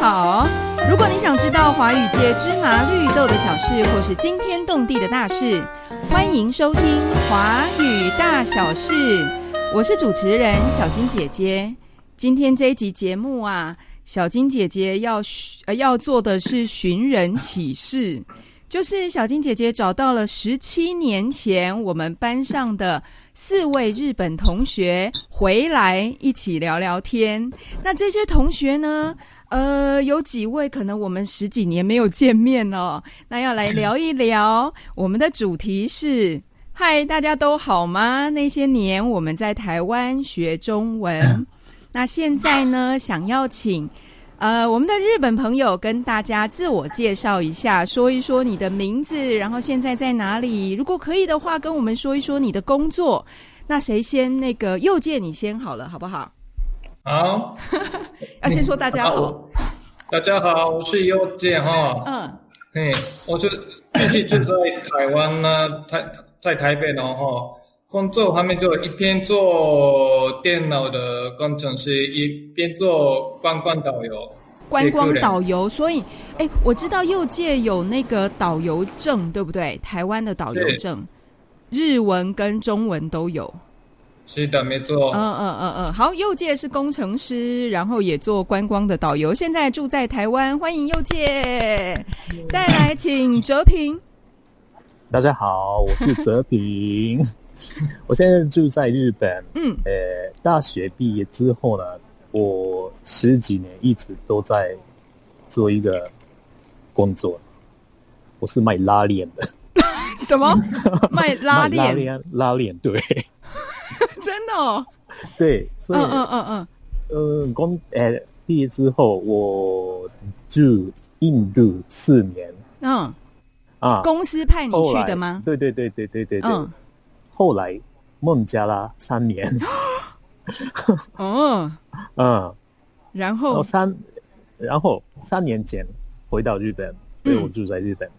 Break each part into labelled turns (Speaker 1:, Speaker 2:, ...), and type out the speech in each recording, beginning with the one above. Speaker 1: 好。如果你想知道华语界芝麻绿豆的小事，或是惊天动地的大事，欢迎收听《华语大小事》，我是主持人小金姐姐。今天这一集节目啊，小金姐姐要呃要做的是寻人启事，就是小金姐姐找到了十七年前我们班上的四位日本同学回来一起聊聊天。那这些同学呢，呃，有几位可能我们十几年没有见面了，那要来聊一聊。哦我们的主题是。嗨，大家都好吗？那些年我们在台湾学中文，那现在呢，想要请呃我们的日本朋友跟大家自我介绍一下，说一说你的名字，然后现在在哪里？如果可以的话，跟我们说一说你的工作。那谁先那个右介你先好了，好不好？
Speaker 2: 好，
Speaker 1: 要先说大家
Speaker 2: 好
Speaker 1: 好，
Speaker 2: 呃我大家好，我是优健哈，
Speaker 1: 嗯，
Speaker 2: 嘿，我是现在就在台湾呢、台在台北然后工作方面就一边做电脑的工程师，一边做观光导游，
Speaker 1: 观光导
Speaker 2: 游，
Speaker 1: 游。所以，哎，我知道右介有那个导游证，对不对？台湾的导游
Speaker 2: 对
Speaker 1: 证，日文跟中文都有。
Speaker 2: 是的，没错，
Speaker 1: 嗯嗯嗯嗯，好，右介是工程师，然后也做观光的导游，现在住在台湾，欢迎右介。再来，请哲平。
Speaker 3: 大家好，我是泽平， 我现在住在日本。
Speaker 1: 嗯，
Speaker 3: 呃，大学毕业之后呢，我十几年一直都在做一个工作，我是卖拉链的，
Speaker 1: 什 么卖拉
Speaker 3: 卖拉
Speaker 1: 链？
Speaker 3: 链，拉链，对
Speaker 1: 真的哦。
Speaker 3: 对，所以
Speaker 1: 嗯嗯嗯嗯，
Speaker 3: 呃，工呃毕业之后，我住印度四年
Speaker 1: 嗯，
Speaker 3: 啊，
Speaker 1: 公司派你
Speaker 3: 后
Speaker 1: 去
Speaker 3: 来
Speaker 1: 的吗？
Speaker 3: 对对对对对对对，
Speaker 1: 嗯，
Speaker 3: 后来孟加拉 三年，
Speaker 1: 哦，
Speaker 3: 嗯。
Speaker 1: 然
Speaker 3: 然后
Speaker 1: 后
Speaker 3: 三，然后三年前回到日本，所
Speaker 1: 嗯
Speaker 3: 以我住在日本、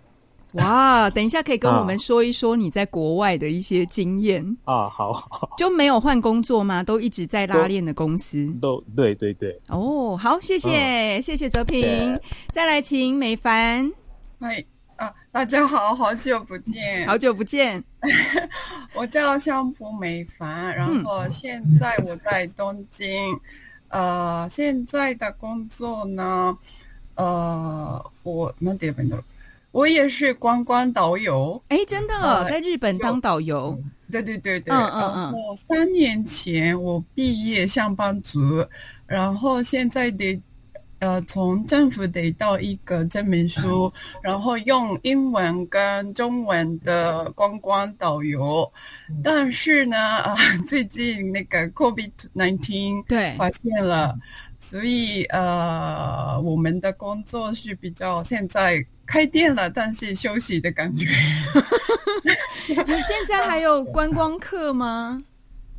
Speaker 1: 哇，等一下可以跟
Speaker 3: 啊
Speaker 1: 我们说一说你在国外的一些经验，
Speaker 3: 啊，好好，
Speaker 1: 就没有换工作吗？都一直在拉
Speaker 3: 都
Speaker 1: 链的公司。
Speaker 3: 都对对对，
Speaker 1: 哦，好，谢
Speaker 4: 嗯
Speaker 1: 谢，谢谢哲平
Speaker 3: 对。
Speaker 1: 再来，请美凡。
Speaker 4: 嗨啊，大家好，好久不见，
Speaker 1: 好久不见，
Speaker 4: 我叫香蒲美凡，
Speaker 1: 嗯
Speaker 4: 然后现在我在东京，呃，现在的工作呢，呃，我なんて言えばいいんだろう我也是观光导游，
Speaker 1: 哎，真的、
Speaker 4: 呃
Speaker 1: 在日本当导游，
Speaker 4: 对对对对，
Speaker 1: 嗯嗯
Speaker 4: 然
Speaker 1: 嗯
Speaker 4: 后三年前我毕业上班族，然后现在得。呃，从政府得到一个证明书，然后用英文跟中文的观光导游，但是呢，啊，最近那个 COVID nineteen
Speaker 1: 对，
Speaker 4: 发现了，所以呃，我们的工作是比较现在开店了，但是休息的感觉。
Speaker 1: 你现在还有观光客吗？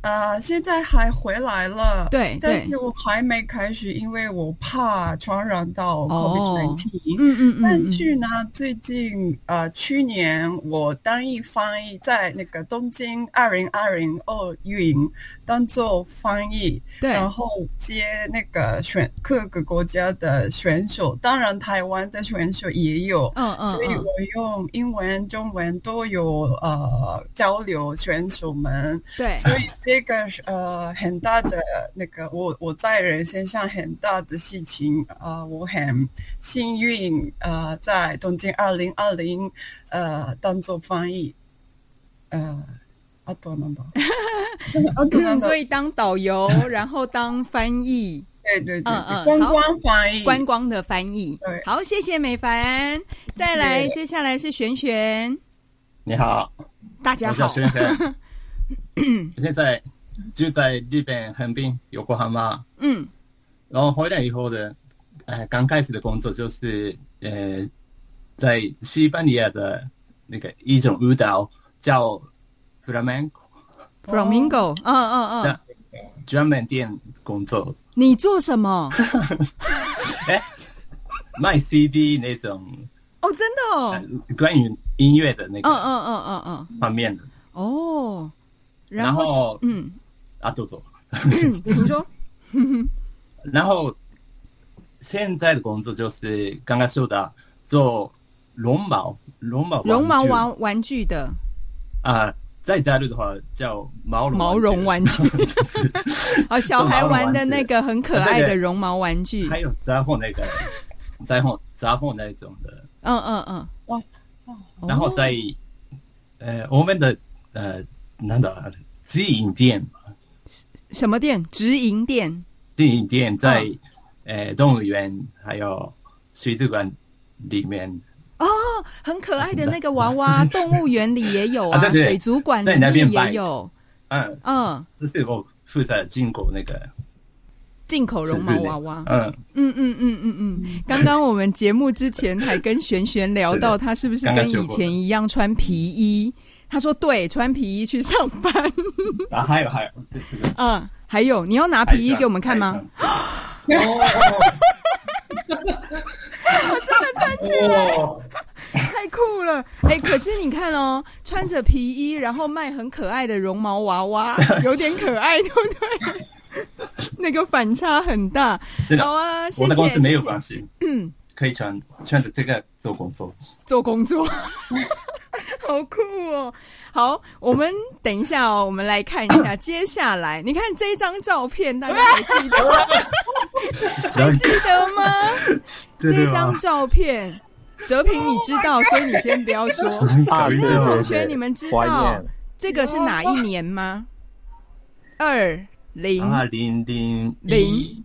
Speaker 4: 呃，现在还回来了，
Speaker 1: 对
Speaker 4: 但
Speaker 1: 对
Speaker 4: 是我还没开始，因为我怕传染到
Speaker 1: 哦
Speaker 4: COVID-19。
Speaker 1: 嗯嗯嗯
Speaker 4: 但
Speaker 1: 嗯，
Speaker 4: 是呢，最近呃，去年我当一翻译，在那个东京二零二零奥运当做翻译，
Speaker 1: 对，
Speaker 4: 然后接那个选各个国家的选手，当然台湾的选手也有，
Speaker 1: 嗯嗯
Speaker 4: 所以
Speaker 1: 嗯
Speaker 4: 我，用英文、中文都有呃交流选手们。
Speaker 1: 对，
Speaker 4: 所以这个是呃很大的那个我我在人身上很大的事情啊、呃我很幸运呃，在东京二零二零呃当做翻译，呃，あとな んだ、あとな
Speaker 1: 嗯
Speaker 4: ん だ
Speaker 1: 所以当导游，然后当翻译，
Speaker 4: 对对对
Speaker 1: 嗯嗯
Speaker 4: 对，观
Speaker 1: 好
Speaker 4: 光翻
Speaker 5: 嗯
Speaker 4: 译，
Speaker 1: 观光的翻译
Speaker 4: 对。
Speaker 1: 好，谢谢美凡。再来，接下来是璇璇，
Speaker 5: 你好，
Speaker 1: 大家
Speaker 5: 我叫
Speaker 1: 好，
Speaker 5: 轩 轩，我现在就在日本横滨有过蛤蟆，
Speaker 1: 嗯，
Speaker 5: 然后回来以后的，呃，刚开始的工作就是呃，在西班牙的那个一种舞蹈叫 flamenco
Speaker 1: Flamingo，嗯嗯
Speaker 5: 哦
Speaker 1: 嗯
Speaker 5: 那，专门店工作，
Speaker 1: 你做什么？
Speaker 5: 哎，卖 CD 那种、
Speaker 1: 哦，真的哦，
Speaker 5: 呃关于音乐的那
Speaker 1: 嗯
Speaker 5: 个
Speaker 1: 嗯嗯嗯嗯，
Speaker 5: 方面的，
Speaker 1: 哦，
Speaker 5: 然
Speaker 1: 后
Speaker 5: 后
Speaker 1: 是 嗯
Speaker 5: 啊，豆豆。
Speaker 1: 嗯，请说，
Speaker 5: 然后现在的工作就是刚刚说的啊做绒毛绒毛玩具
Speaker 1: 绒毛玩玩具的
Speaker 5: 啊、在大陆的话叫毛绒
Speaker 1: 毛绒玩 具，啊，小孩玩的那个很可爱的
Speaker 5: 那个
Speaker 1: 绒毛玩具，
Speaker 5: 还有杂货那个杂货杂货那种的，
Speaker 1: 嗯嗯嗯，
Speaker 4: 哇
Speaker 1: 哦，
Speaker 5: 然后在、呃我们的呃なんだあれ自营店
Speaker 1: 什么店？直营店
Speaker 5: 自营店在、
Speaker 1: 啊
Speaker 5: 呃动物园还有水族馆里面，
Speaker 1: 哦，很可啊爱的那个娃娃，动物园里也 有啊，
Speaker 5: 啊对对
Speaker 1: 水族馆里
Speaker 5: 在那边
Speaker 1: 面
Speaker 5: 摆
Speaker 1: 也有，
Speaker 5: 嗯，
Speaker 1: 嗯，
Speaker 5: 这是我负责进口那个
Speaker 1: 进口绒毛娃娃，
Speaker 5: 嗯，
Speaker 1: 嗯嗯嗯嗯嗯，刚刚我们节目之前还跟璇璇聊到，她是不是跟以前一样穿皮衣？她说对，穿皮衣去上 班。
Speaker 5: 啊还有还有这这个啊
Speaker 1: 嗯，还有你要拿皮衣给我们看吗？？
Speaker 2: 哦，
Speaker 1: 太酷了！哎、可是你看哦，穿着皮衣，然后卖很可爱的绒毛娃娃，有点可爱，对不对？ 那个反差很大。
Speaker 5: 真的
Speaker 1: 好啊，谢
Speaker 5: 我的公司
Speaker 1: 谢。
Speaker 5: 没有
Speaker 1: 谢谢嗯
Speaker 5: 关系，可以穿穿着这个做工作。
Speaker 1: 做工作， 好酷哦！好，我们等一下哦，我们来看一 下接下来，你看这张照片，大家还记得
Speaker 5: 然后
Speaker 1: 记得吗？
Speaker 5: 对对啊
Speaker 1: 这张照片，哲平你知道，所以你先不要说。
Speaker 5: 搞
Speaker 1: 其他同学，
Speaker 3: 啊对
Speaker 1: 你们知
Speaker 3: 怀
Speaker 1: 道
Speaker 3: 念
Speaker 1: 这个是哪一年吗？二零
Speaker 5: 二啊零零
Speaker 1: 零，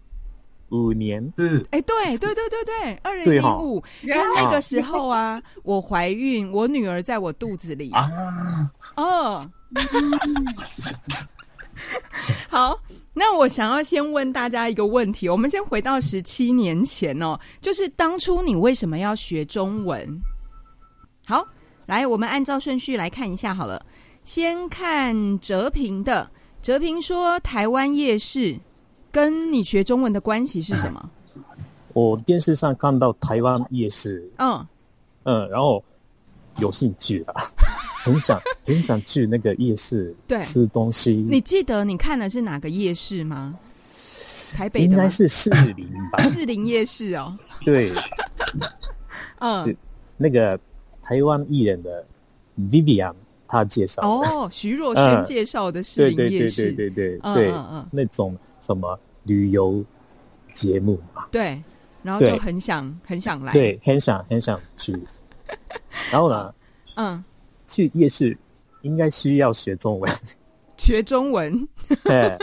Speaker 3: 五年，
Speaker 5: 四，
Speaker 1: 哎，对对对对对，二零
Speaker 3: 对
Speaker 1: 零
Speaker 3: 哈
Speaker 1: 五，因为那个时候啊，我怀孕，我女儿在我肚子里
Speaker 5: 啊，
Speaker 1: 哦，好，那我想要先问大家一个问题，我们先回到十七年前哦，就是当初你为什么要学中文？好，来，我们按照顺序来看一下好了，先看哲平的，哲平说台湾夜市跟你学中文的关系是什么？
Speaker 3: 我电视上看到台湾夜市，
Speaker 1: 嗯，
Speaker 3: 嗯，然后有兴趣啊， 很想很想去那个夜市
Speaker 1: 对
Speaker 3: 吃东西。
Speaker 1: 你记得你看的是哪个夜市吗？台北
Speaker 3: 应
Speaker 1: 的吗
Speaker 3: 该？是士林吧？
Speaker 1: 士林夜市哦，
Speaker 3: 对，
Speaker 1: 嗯，
Speaker 3: 那个台湾艺人的 Vivian 他介绍的，
Speaker 1: 哦，徐若瑄介绍的士
Speaker 3: 对
Speaker 1: 林
Speaker 3: 对
Speaker 1: 夜
Speaker 3: 对
Speaker 1: 市，
Speaker 3: 嗯对对对
Speaker 1: 嗯
Speaker 3: 对
Speaker 1: 嗯嗯，
Speaker 3: 那种什么旅游节目嘛，
Speaker 1: 对然后就
Speaker 3: 对
Speaker 1: 很想很想来，
Speaker 3: 对，很想很想 去。然后呢，
Speaker 1: 嗯，
Speaker 3: 去夜市应该需要学 中文，
Speaker 1: 学中文，
Speaker 3: 哎，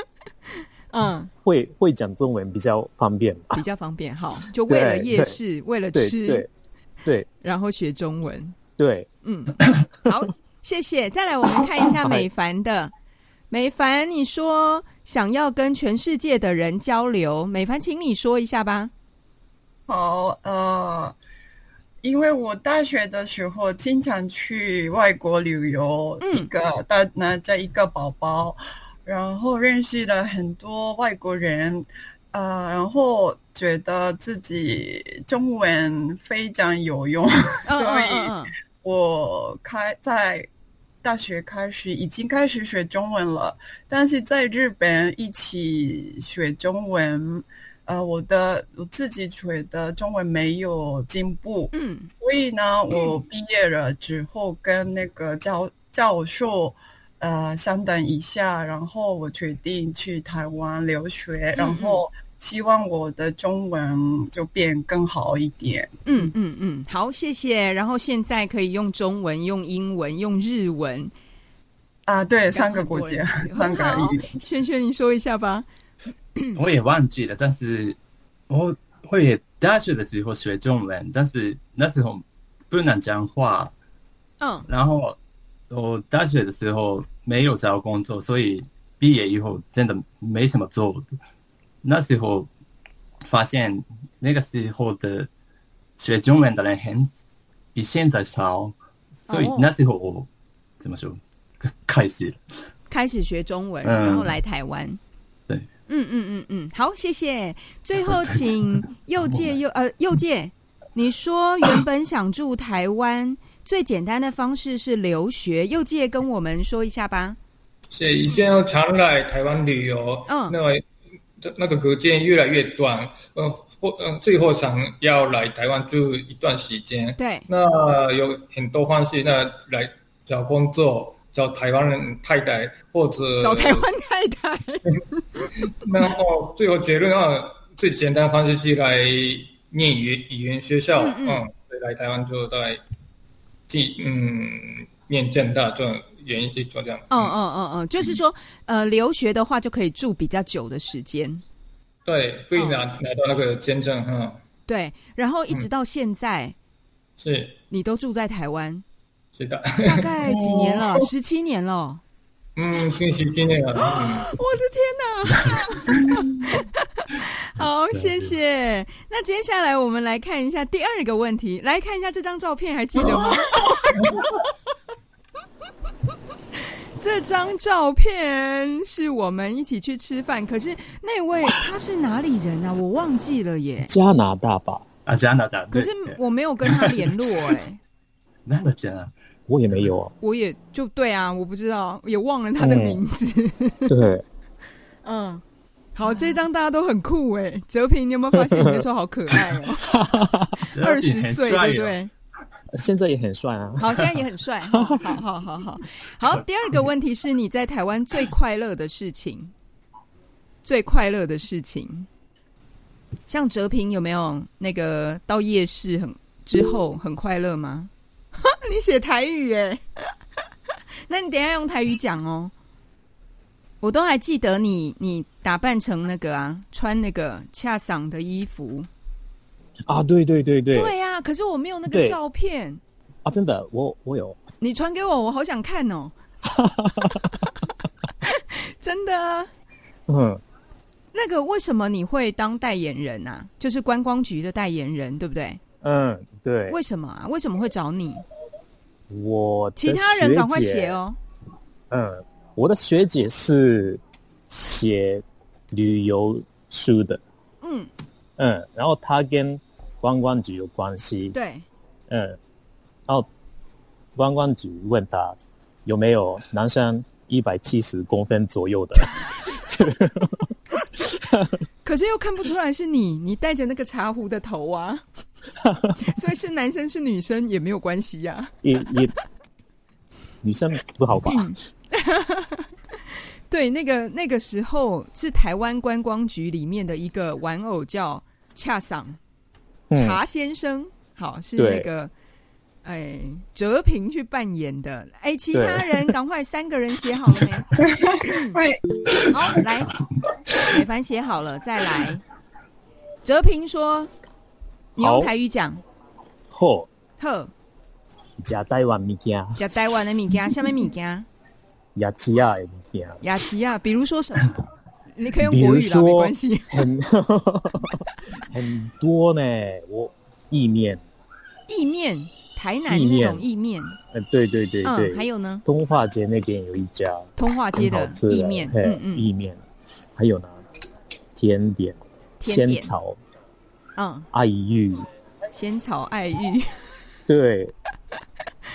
Speaker 1: 嗯，
Speaker 3: 会会讲中文比较方便吧。
Speaker 1: 比较方便，好，就为了夜市，为了
Speaker 3: 对
Speaker 1: 呃吃
Speaker 3: 对，对
Speaker 1: 然后学中文，
Speaker 3: 对，
Speaker 1: 嗯， 好，谢谢。再来，我们看一下美凡的。美凡，你说想要跟全世界的人交流，美凡，请你说一下吧。
Speaker 4: 好，呃，因为我大学的时候经常去外国旅游，
Speaker 1: 嗯
Speaker 4: 一个带拿着一个宝宝，然后认识了很多外国人，呃，然后觉得自己中文非常有用，
Speaker 1: 嗯
Speaker 4: 所
Speaker 1: 嗯
Speaker 4: 以
Speaker 1: 嗯嗯，
Speaker 4: 我开在大学开始已经开始学中文了，但是在日本一起学中文，呃，我的我自己觉得中文没有进步，
Speaker 1: 嗯
Speaker 4: 所以呢，我毕业了之后跟那个教教授。呃，商量一下，然后我决定去台湾留学，然后希望我的中文就变更好一点。
Speaker 1: 嗯嗯嗯，好，谢谢。然后现在可以用中文、用英文、用日文，
Speaker 4: 啊，对，三个国家，三
Speaker 1: 很
Speaker 4: 个
Speaker 1: 好
Speaker 4: 语言。。
Speaker 1: 轩轩，你说一下吧。
Speaker 5: 我也忘记了，但是我我也大学的时候学中文，但是那时候不能讲话，
Speaker 1: 嗯
Speaker 5: 然后我大学的时候没有找工作，所以毕业以后真的没什么做的。那时候发现那个时候的学中文的人很比现在少，所以
Speaker 1: 哦
Speaker 5: 那时候我怎么说开始了
Speaker 1: 开始学中文，
Speaker 5: 嗯
Speaker 1: 然后来台湾。
Speaker 5: 对
Speaker 1: 嗯嗯嗯嗯，好，谢谢。最后，请右界右呃右界，你说原本想住台湾，最简单的方式是留学。右界跟我们说一下吧。
Speaker 2: 是以前要常来台湾旅游，
Speaker 1: 嗯
Speaker 2: 那个那个隔间越来越短，呃，或嗯、最后想要来台湾住一段时间，
Speaker 1: 对，
Speaker 2: 那有很多方式，那来找工作，找台湾人太太，或者
Speaker 1: 找台湾太太，
Speaker 2: 然后最后结论啊，最简单方式是来念语言语言学校，
Speaker 1: 嗯嗯
Speaker 2: 所以来台湾就在进嗯念正大这种原因是就这样，
Speaker 1: 嗯嗯嗯嗯，就是说，呃，留学的话就可以住比较久的时间，
Speaker 2: 对，可以
Speaker 1: 嗯
Speaker 2: 拿、拿到那个签证，嗯，
Speaker 1: 对，然后一直到现在，
Speaker 2: 是
Speaker 1: 你都住在台湾，
Speaker 2: 是的，
Speaker 1: 大概几年了？十七年了，
Speaker 2: 嗯，信息经验了，
Speaker 1: 我的天 哪！好，谢谢。那接下来我们来看一下第二个问题，来看一下这张照片，还记得 吗？这张照片是我们一起去吃饭，可是那位他是哪里人啊？我忘记了耶。
Speaker 3: 加拿大吧，
Speaker 5: 啊，加拿大，
Speaker 1: 可
Speaker 5: 对
Speaker 1: 是
Speaker 5: 对
Speaker 1: 我没有跟他联络哎、
Speaker 5: 那个加拿大，
Speaker 3: 我也没 有啊。
Speaker 1: 我也就对啊，我不知道，也忘了他的名字。
Speaker 3: 对，
Speaker 1: 嗯，好，这张大家都很酷哎、哲平，你有没有发现你那时候好可 爱哦、二十岁，对不对？
Speaker 3: 现在也很帅啊。
Speaker 1: 好，现在也很帅。好好好好好。好，第二个问题是你在台湾最快乐的事情，最快乐的事情，像哲平有没有那个到夜市很之后很快乐吗？ 你写台语哎、 那你等一下用台语讲哦。我都还记得你，你打扮成那个啊，穿那个恰嗓的衣服。
Speaker 3: 啊，对对对对，
Speaker 1: 对呀、可是我没有那个
Speaker 3: 对
Speaker 1: 照片。
Speaker 3: 啊，真的，我我有，
Speaker 1: 你传给我，我好想看哦。 真的啊，
Speaker 3: 嗯，
Speaker 1: 那个为什么你会当代言人啊？就是观光局的代言人，对不对？
Speaker 3: 嗯，对，
Speaker 1: 为什么啊？为什么会找你？
Speaker 3: 我的
Speaker 1: 其他人赶快
Speaker 3: 学姐
Speaker 1: 写。哦。
Speaker 3: 嗯，我的学姐是写旅游书的，
Speaker 1: 嗯，
Speaker 3: 嗯，然后她跟观光局有关系，
Speaker 1: 对，
Speaker 3: 嗯，然后观光局问她有没有男生一百七十公分左 右的，
Speaker 1: 可是又看不出来是你，你戴着那个茶壶的头 啊，所以是男生是女生也没有关系呀、啊
Speaker 3: 也也女生不好吧？
Speaker 1: 嗯对，那个那个时候是台湾观光局里面的一个玩偶叫恰桑。
Speaker 3: 嗯，
Speaker 1: 茶先生，好是
Speaker 3: 对
Speaker 1: 那个，哎，哲平去扮演的。哎，其
Speaker 3: 对
Speaker 1: 他人赶快三个人写好了 没？
Speaker 4: 喂，
Speaker 1: 好，来，美凡写好了，再来。哲平说：“你
Speaker 3: 好
Speaker 1: 用台语讲，
Speaker 3: 后
Speaker 1: 呵，
Speaker 3: 加台湾物件，
Speaker 1: 食台湾的物件，什么物件？
Speaker 3: 亚齐亚的物件，
Speaker 1: 雅琪啊，比如说什么？你可以用
Speaker 3: 比
Speaker 1: 国
Speaker 3: 如
Speaker 1: 语啦，没
Speaker 3: 说
Speaker 1: 关系。
Speaker 3: 很 很多呢，我意面。
Speaker 1: 意面，台南
Speaker 3: 意
Speaker 1: 那
Speaker 3: 面
Speaker 1: 种意面，
Speaker 3: 嗯，对对对对，
Speaker 1: 嗯，还有呢，
Speaker 3: 通化街那边有一家
Speaker 1: 通化街
Speaker 3: 很好
Speaker 1: 的
Speaker 3: 吃的
Speaker 1: 意面，
Speaker 3: 嘿
Speaker 1: 嗯嗯
Speaker 3: 意面，还有呢甜点，
Speaker 1: 甜点
Speaker 3: 仙草
Speaker 1: 嗯，
Speaker 3: 爱玉，
Speaker 1: 仙草爱玉，
Speaker 3: 对，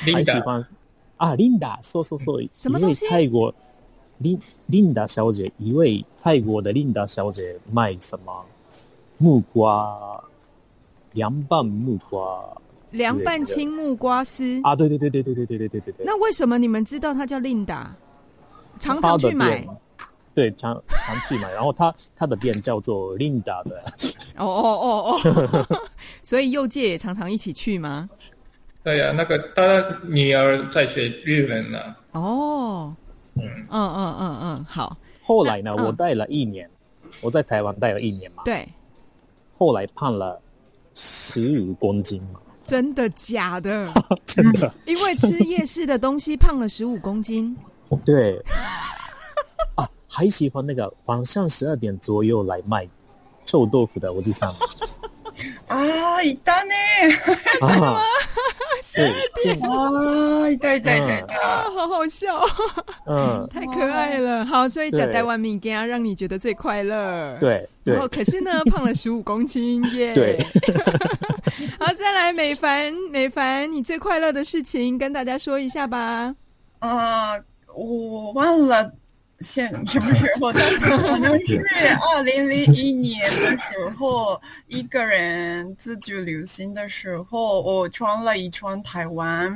Speaker 2: 琳
Speaker 3: 还喜
Speaker 2: 达，
Speaker 3: 欢啊，Linda，说说说，
Speaker 1: 嗯什么
Speaker 3: 一位
Speaker 1: 东西
Speaker 3: 泰国琳 Linda 小姐，一位泰国的 Linda 小姐卖什么木瓜，凉拌木瓜
Speaker 1: 凉拌青木瓜丝，
Speaker 3: 啊，对对对对对对对对对对对，
Speaker 1: 那为什么你们知道它叫令达？常
Speaker 3: 她
Speaker 1: 常
Speaker 3: 的
Speaker 1: 去买
Speaker 3: 店。对，常常去买，然后他他的店叫做 Linda 的，
Speaker 1: 哦哦哦哦， 所以右界也常常一起去吗？
Speaker 2: 对呀、那个他的女儿在学日文啊呢、
Speaker 1: 哦，嗯嗯嗯嗯，好，
Speaker 3: 后来呢，
Speaker 1: 那嗯
Speaker 3: 我待了一年，我在台湾待了一年嘛，
Speaker 1: 对，
Speaker 3: 后来胖了十五公斤嘛，
Speaker 1: 真的假的？
Speaker 3: 真的，
Speaker 1: 因为吃夜市的东西胖了十五公斤。
Speaker 3: 对，啊，还喜欢那个晚上十二点左右来卖臭豆腐的我就上
Speaker 4: あー、いたね
Speaker 3: 啊，是，见
Speaker 4: あー、いたいたいたいた。
Speaker 1: 啊，好好笑，
Speaker 3: 嗯，
Speaker 1: 太可爱了。好，所以
Speaker 3: 对
Speaker 1: 假带外面给他啊让你觉得最快乐。。
Speaker 3: 对对
Speaker 1: 然后可是呢，胖了十五公斤耶。
Speaker 3: 对，
Speaker 1: 好，再来美凡，美凡，你最快乐的事情跟大家说一下吧。
Speaker 4: あー、おー、ワンラ、现什么时候？但是可能是二零零一年的时候，一个人自助旅行的时候，我穿了一穿台湾。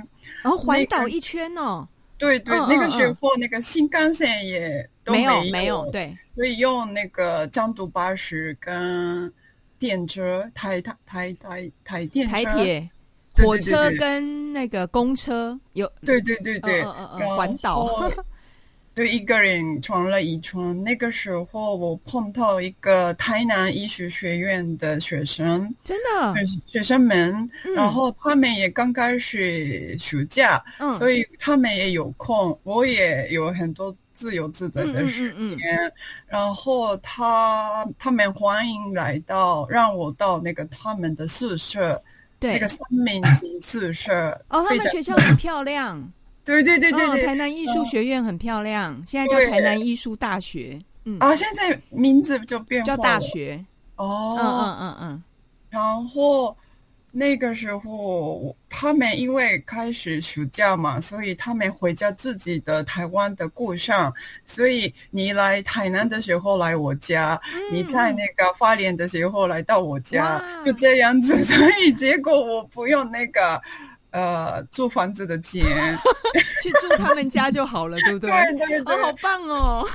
Speaker 1: 然后哦环岛一圈哦，
Speaker 4: 对对，
Speaker 1: 嗯
Speaker 4: 那个
Speaker 1: 嗯
Speaker 4: 时候那个新干线也都
Speaker 1: 没
Speaker 4: 有
Speaker 1: 有没有，对，
Speaker 4: 所以用那个江都巴士跟电车，台台台台台电车
Speaker 1: 台铁、
Speaker 4: 对对
Speaker 1: 火
Speaker 4: 对
Speaker 1: 车
Speaker 4: 对
Speaker 1: 跟那个公车有
Speaker 4: 对对对对，
Speaker 1: 嗯嗯嗯嗯
Speaker 4: 然后
Speaker 1: 环岛
Speaker 4: 对一个人穿了一穿。那个时候我碰到一个台南艺术学院的学生，
Speaker 1: 真的，
Speaker 4: 学学生们，
Speaker 1: 嗯
Speaker 4: 然后他们也刚开始暑假，
Speaker 1: 嗯，
Speaker 4: 所
Speaker 1: 以
Speaker 4: 以他们也有空，我也有很多自由自在
Speaker 1: 嗯
Speaker 4: 的
Speaker 1: 嗯
Speaker 4: 时
Speaker 1: 嗯嗯，
Speaker 4: 间。然后他他们欢迎来到，让我到那个他们的宿舍，那
Speaker 1: 对
Speaker 4: 个，三明治宿舍。
Speaker 1: 哦，他
Speaker 4: 非
Speaker 1: 们
Speaker 4: 常
Speaker 1: 学校很漂亮，
Speaker 4: 对对对对
Speaker 1: 嗯
Speaker 4: 对，
Speaker 1: 台南艺术学院很漂亮，现在叫
Speaker 4: 对
Speaker 1: 台南艺术大学，嗯，
Speaker 4: 啊，现在名字就变化
Speaker 1: 叫
Speaker 4: 了
Speaker 1: 大学，
Speaker 4: 哦，
Speaker 1: 嗯嗯嗯嗯，
Speaker 4: 然后那个时候他们因为开始暑假嘛，所以他们回家自己的台湾的故乡，所以你来台南的时候来我家，
Speaker 1: 嗯
Speaker 4: 你在那个花莲的时候来到我家，
Speaker 1: 哇
Speaker 4: 就这样子， 所以结果我不用那个。呃，租房子的 钱，
Speaker 1: 去住他们家就好了，对不对？
Speaker 4: 对对
Speaker 1: 哦，好
Speaker 4: 对，
Speaker 1: 棒哦！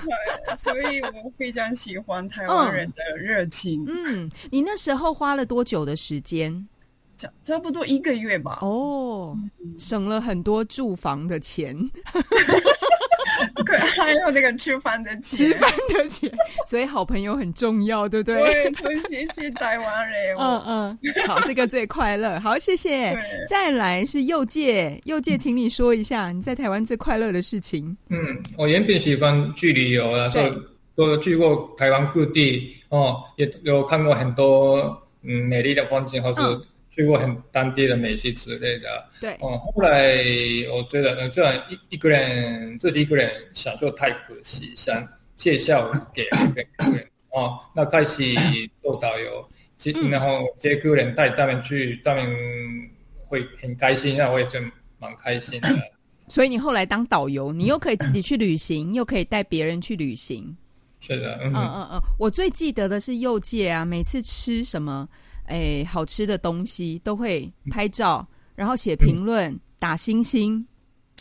Speaker 4: 所以我非常喜欢台湾人的热情，
Speaker 1: 嗯，你那时候花了多久的时间？
Speaker 4: 差差不多一个月吧。
Speaker 1: 哦，省了很多住房的 钱、
Speaker 4: 可 还有那个吃饭的钱，
Speaker 1: 吃饭的钱， 所以好朋友很重要，对不对？
Speaker 4: 对，所以谢谢台湾人，
Speaker 1: 嗯
Speaker 4: 我
Speaker 1: 嗯，好，这个最快乐。好，谢谢
Speaker 4: 对。
Speaker 1: 再来是右界，右界，请你说一下你在台湾最快乐的事情。
Speaker 2: 嗯，我原本喜欢去旅游啦，所以
Speaker 1: 对
Speaker 2: 都去过台湾各地哦，也有看过很多嗯美丽的风景，或
Speaker 1: 嗯
Speaker 2: 是去过很当地的美食之类的。
Speaker 1: 对，
Speaker 2: 哦，后来我觉得，呃，这样一一个人自己一个人享受太可惜，想介绍给别人 哦。那开始做导游，接
Speaker 1: 嗯
Speaker 2: 然后接个人带他们去，他们会很开心，那我也就蛮开心的。
Speaker 1: 所以你后来当导游，你又可以自己去旅行，又可以带别人去旅行。
Speaker 2: 是的，嗯
Speaker 1: 嗯嗯嗯，我最记得的是右界啊，每次吃什么，哎，好吃的东西都会拍照，然后写评论、打星星，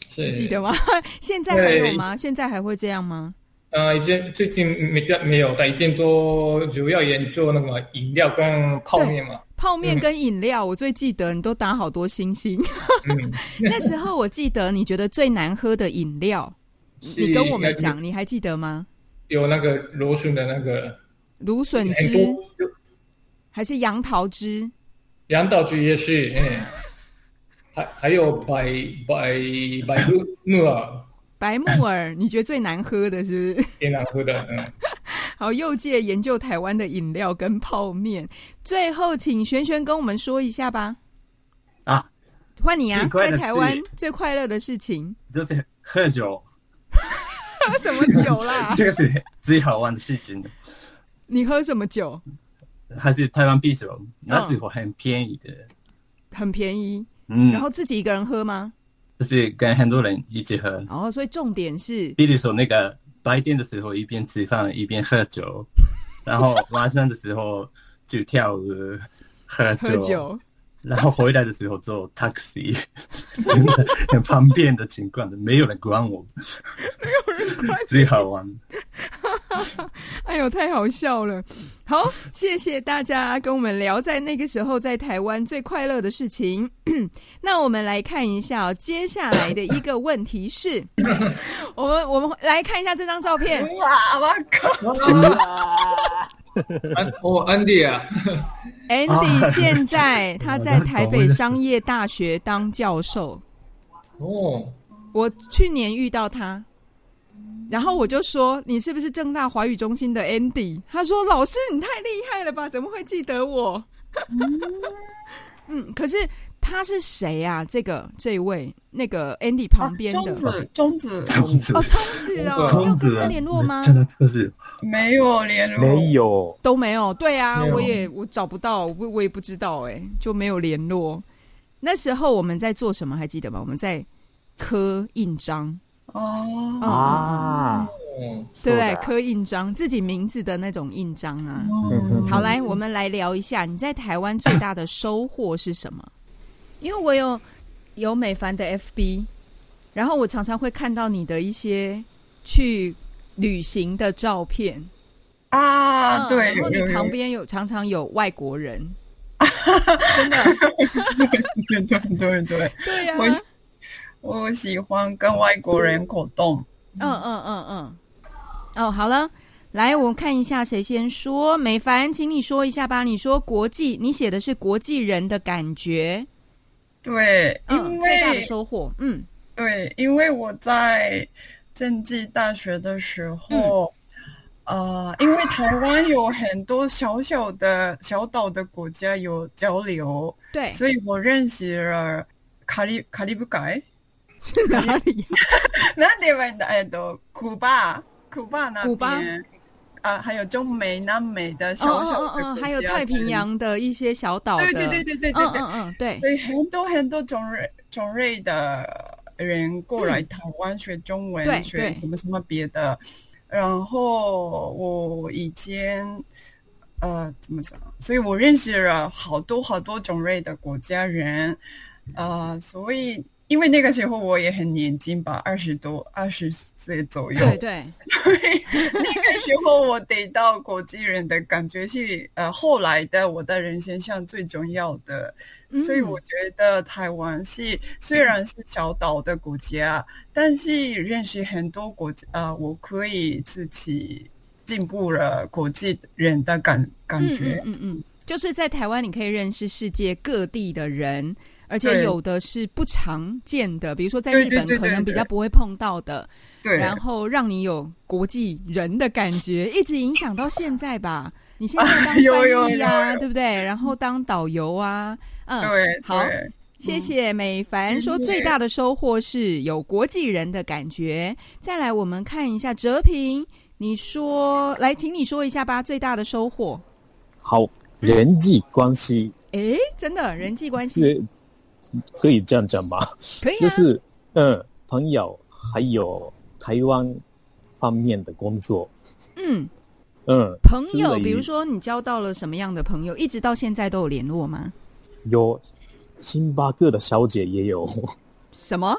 Speaker 2: 是
Speaker 1: 记得吗？ 现在还有吗？现在还会这样吗？
Speaker 2: 呃，已经最近没在没有，但已经做主要研究那个饮料跟泡面嘛。
Speaker 1: 泡面跟饮料，我最记得你都打好多星星。
Speaker 2: 嗯，
Speaker 1: 那时候我记得你觉得最难喝的饮料，
Speaker 2: 是
Speaker 1: 你跟我们
Speaker 2: 那
Speaker 1: 讲，你还记得吗？
Speaker 2: 有那个芦笋的那个
Speaker 1: 芦笋
Speaker 2: 很
Speaker 1: 汁
Speaker 2: 多
Speaker 1: 还是杨桃汁？
Speaker 2: 杨道菊 也是，嗯，还还有百百百露露啊，
Speaker 1: 白木耳，你觉得最难喝的是不是？
Speaker 2: 也难喝的，嗯，
Speaker 1: 好，右界研究台湾的饮料跟泡面。最后，请璇璇跟我们说一下吧。
Speaker 5: 啊，
Speaker 1: 换你啊
Speaker 5: 最，快
Speaker 1: 在
Speaker 5: 的
Speaker 1: 台
Speaker 5: 事
Speaker 1: 湾最快乐的事情，
Speaker 5: 就是喝酒，
Speaker 1: 喝什么酒啦？
Speaker 5: 这个是最好玩的事情，
Speaker 1: 你喝什么酒？
Speaker 5: 还是台湾啤酒，那时候很便宜的，
Speaker 1: 很便宜，
Speaker 5: 嗯，
Speaker 1: 然后自己一个人喝吗？
Speaker 5: 就是跟很多人一起喝，
Speaker 1: 然后，所以重点是，
Speaker 5: 比如说那个白天的时候一边吃饭一边喝 酒，然后晚上的时候就跳舞、喝酒，
Speaker 1: 喝酒，
Speaker 5: 然后回来的时候坐 taxi，真 的很方便的情况，没有人管我，最好玩。
Speaker 1: 哎呦，太好笑了！好，谢谢大家跟我们聊在那个时候在台湾最快乐的事情。 那我们来看一下、哦、接下来的一个问题是，我们我们来看一下这张照片，
Speaker 4: 哇，我靠！
Speaker 2: 安哦安迪啊，
Speaker 1: Andy 现在他在台北商业大学当教授。
Speaker 2: 哦，
Speaker 1: 我去年遇到他，然后我就说：“你是不是正大华语中心的 Andy？” 他说：“老师，你太厉害了吧，怎么会记得我？” 嗯，可是他是谁啊？这个这一位那个 Andy 旁边
Speaker 5: 啊
Speaker 1: 的
Speaker 4: 中指，中指
Speaker 5: 粽子
Speaker 1: 哦，，聪子哦，你有
Speaker 5: 粽
Speaker 1: 跟
Speaker 5: 子
Speaker 1: 他
Speaker 5: 啊，
Speaker 1: 联络吗？
Speaker 5: 真的这是
Speaker 4: 没有联络，
Speaker 3: 没有，
Speaker 1: 都没有，对啊，
Speaker 2: 没有
Speaker 1: 我也我找不到，我我也不知道、哎，就没有联络。那时候我们在做什么？还记得吗？我们在刻印章
Speaker 4: 哦，
Speaker 1: 啊、
Speaker 3: 啊，
Speaker 2: 嗯，
Speaker 1: 对不对？
Speaker 3: 做的啊
Speaker 1: 刻印章，自己名字的那种印章啊。
Speaker 4: 嗯
Speaker 1: 好，来，我们来聊一下你在台湾最大的收获是什么？因为我有有美凡的 FB，然后我常常会看到你的一些去旅行的照片
Speaker 4: 啊，
Speaker 1: 嗯
Speaker 4: 对，
Speaker 1: 然后
Speaker 4: 有
Speaker 1: 你
Speaker 4: 有
Speaker 1: 旁边有常常有外国人，真的，
Speaker 4: 对对对对，
Speaker 1: 对呀、
Speaker 4: 我喜我喜欢跟外国人互动。
Speaker 1: 嗯嗯嗯嗯，哦，好了，来，我看一下谁先说。美凡，请你说一下吧。你说国际，你写的是国际人的感觉，
Speaker 4: 对，
Speaker 1: 嗯，
Speaker 4: 因
Speaker 1: 最大的
Speaker 4: 为
Speaker 1: 收获，嗯
Speaker 4: 对，因为我在政治大学的时
Speaker 1: 嗯
Speaker 4: 候，呃，因为台湾有很多小小的小岛的国家有交流，
Speaker 1: 对，
Speaker 4: 所以我认识了卡利卡利布海。
Speaker 1: 是哪里呀、
Speaker 4: なんて言えばいいんだえっと、呃古巴、古巴那
Speaker 1: 古巴
Speaker 4: 边啊，还有中美、南美的
Speaker 1: 哦
Speaker 4: 小
Speaker 1: 哦
Speaker 4: 小的
Speaker 1: 哦哦，
Speaker 4: 国
Speaker 1: 还有
Speaker 4: 家
Speaker 1: 太平。洋的一些小岛的，
Speaker 4: 对对对对对对
Speaker 1: 嗯
Speaker 4: 对
Speaker 1: 嗯，嗯，对，
Speaker 4: 所以很多很多种类种类的人过来台湾学中文，
Speaker 1: 嗯对
Speaker 4: 学
Speaker 1: 对
Speaker 4: 什么什么别的。然后我以前呃怎么讲？所以我认识了好多好多种类的国家人，呃，所以因为那个时候我也很年轻吧，二十多二十岁左右，
Speaker 1: 对对，
Speaker 4: 那个时候我得到国际人的感觉是，呃，后来的我的人生上最重要的，
Speaker 1: 嗯
Speaker 4: 所以我觉得台湾是虽然是小岛的国家，但是认识很多国家，呃，我可以自己进步了国际人的感感
Speaker 1: 嗯
Speaker 4: 觉，
Speaker 1: 嗯嗯嗯，就是在台湾，你可以认识世界各地的人，而且
Speaker 4: 对
Speaker 1: 有的是不常见的，比如说在
Speaker 4: 对
Speaker 1: 日
Speaker 4: 对
Speaker 1: 本
Speaker 4: 对
Speaker 1: 可
Speaker 4: 对
Speaker 1: 能比
Speaker 4: 对
Speaker 1: 较不会碰到的，
Speaker 4: 对，
Speaker 1: 然后让你有国际人的感觉，一直影响到现在吧。 你现在当翻译
Speaker 4: 有哎有
Speaker 1: 呀、
Speaker 4: 有有
Speaker 1: 对不 对？然后当导游啊，嗯，
Speaker 4: 对，
Speaker 1: 好
Speaker 4: 对
Speaker 1: 谢谢美凡
Speaker 4: 谢谢
Speaker 1: 说最大的收获是有国际人的感觉。再来，我们看一下哲平，你说来，请你说一下吧，最大的收获。
Speaker 3: 好，人际关系
Speaker 1: 诶，真的人际关系
Speaker 3: 这可以这样讲吧？
Speaker 1: 可以啊，
Speaker 3: 就是嗯，朋友还有台湾方面的工作，
Speaker 1: 嗯，
Speaker 3: 嗯，
Speaker 1: 朋友，
Speaker 3: 之类
Speaker 1: 比如说你交到了什么样的朋友，一直到现在都有联络吗？
Speaker 3: 有星巴克的小姐也有
Speaker 1: 什么？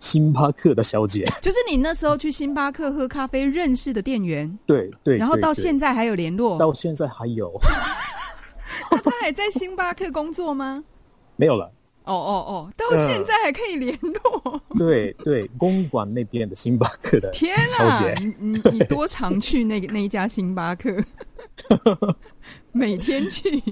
Speaker 3: 星巴克的小姐，
Speaker 1: 就是你那时候去星巴克喝咖啡认识的店员，
Speaker 3: 对对，
Speaker 1: 然后
Speaker 3: 对
Speaker 1: 到
Speaker 3: 对
Speaker 1: 现在还有联络，
Speaker 3: 到现在还有
Speaker 1: 那他还在星巴克工作吗？
Speaker 3: 没有了？
Speaker 1: 哦哦哦，到
Speaker 3: 嗯
Speaker 1: 现在还可以联络，
Speaker 3: 对对，公馆那边的星巴克的
Speaker 1: 天
Speaker 3: 小
Speaker 1: 啊！
Speaker 3: 姐，
Speaker 1: 你你 你多常去那个那一家星巴克？每天去，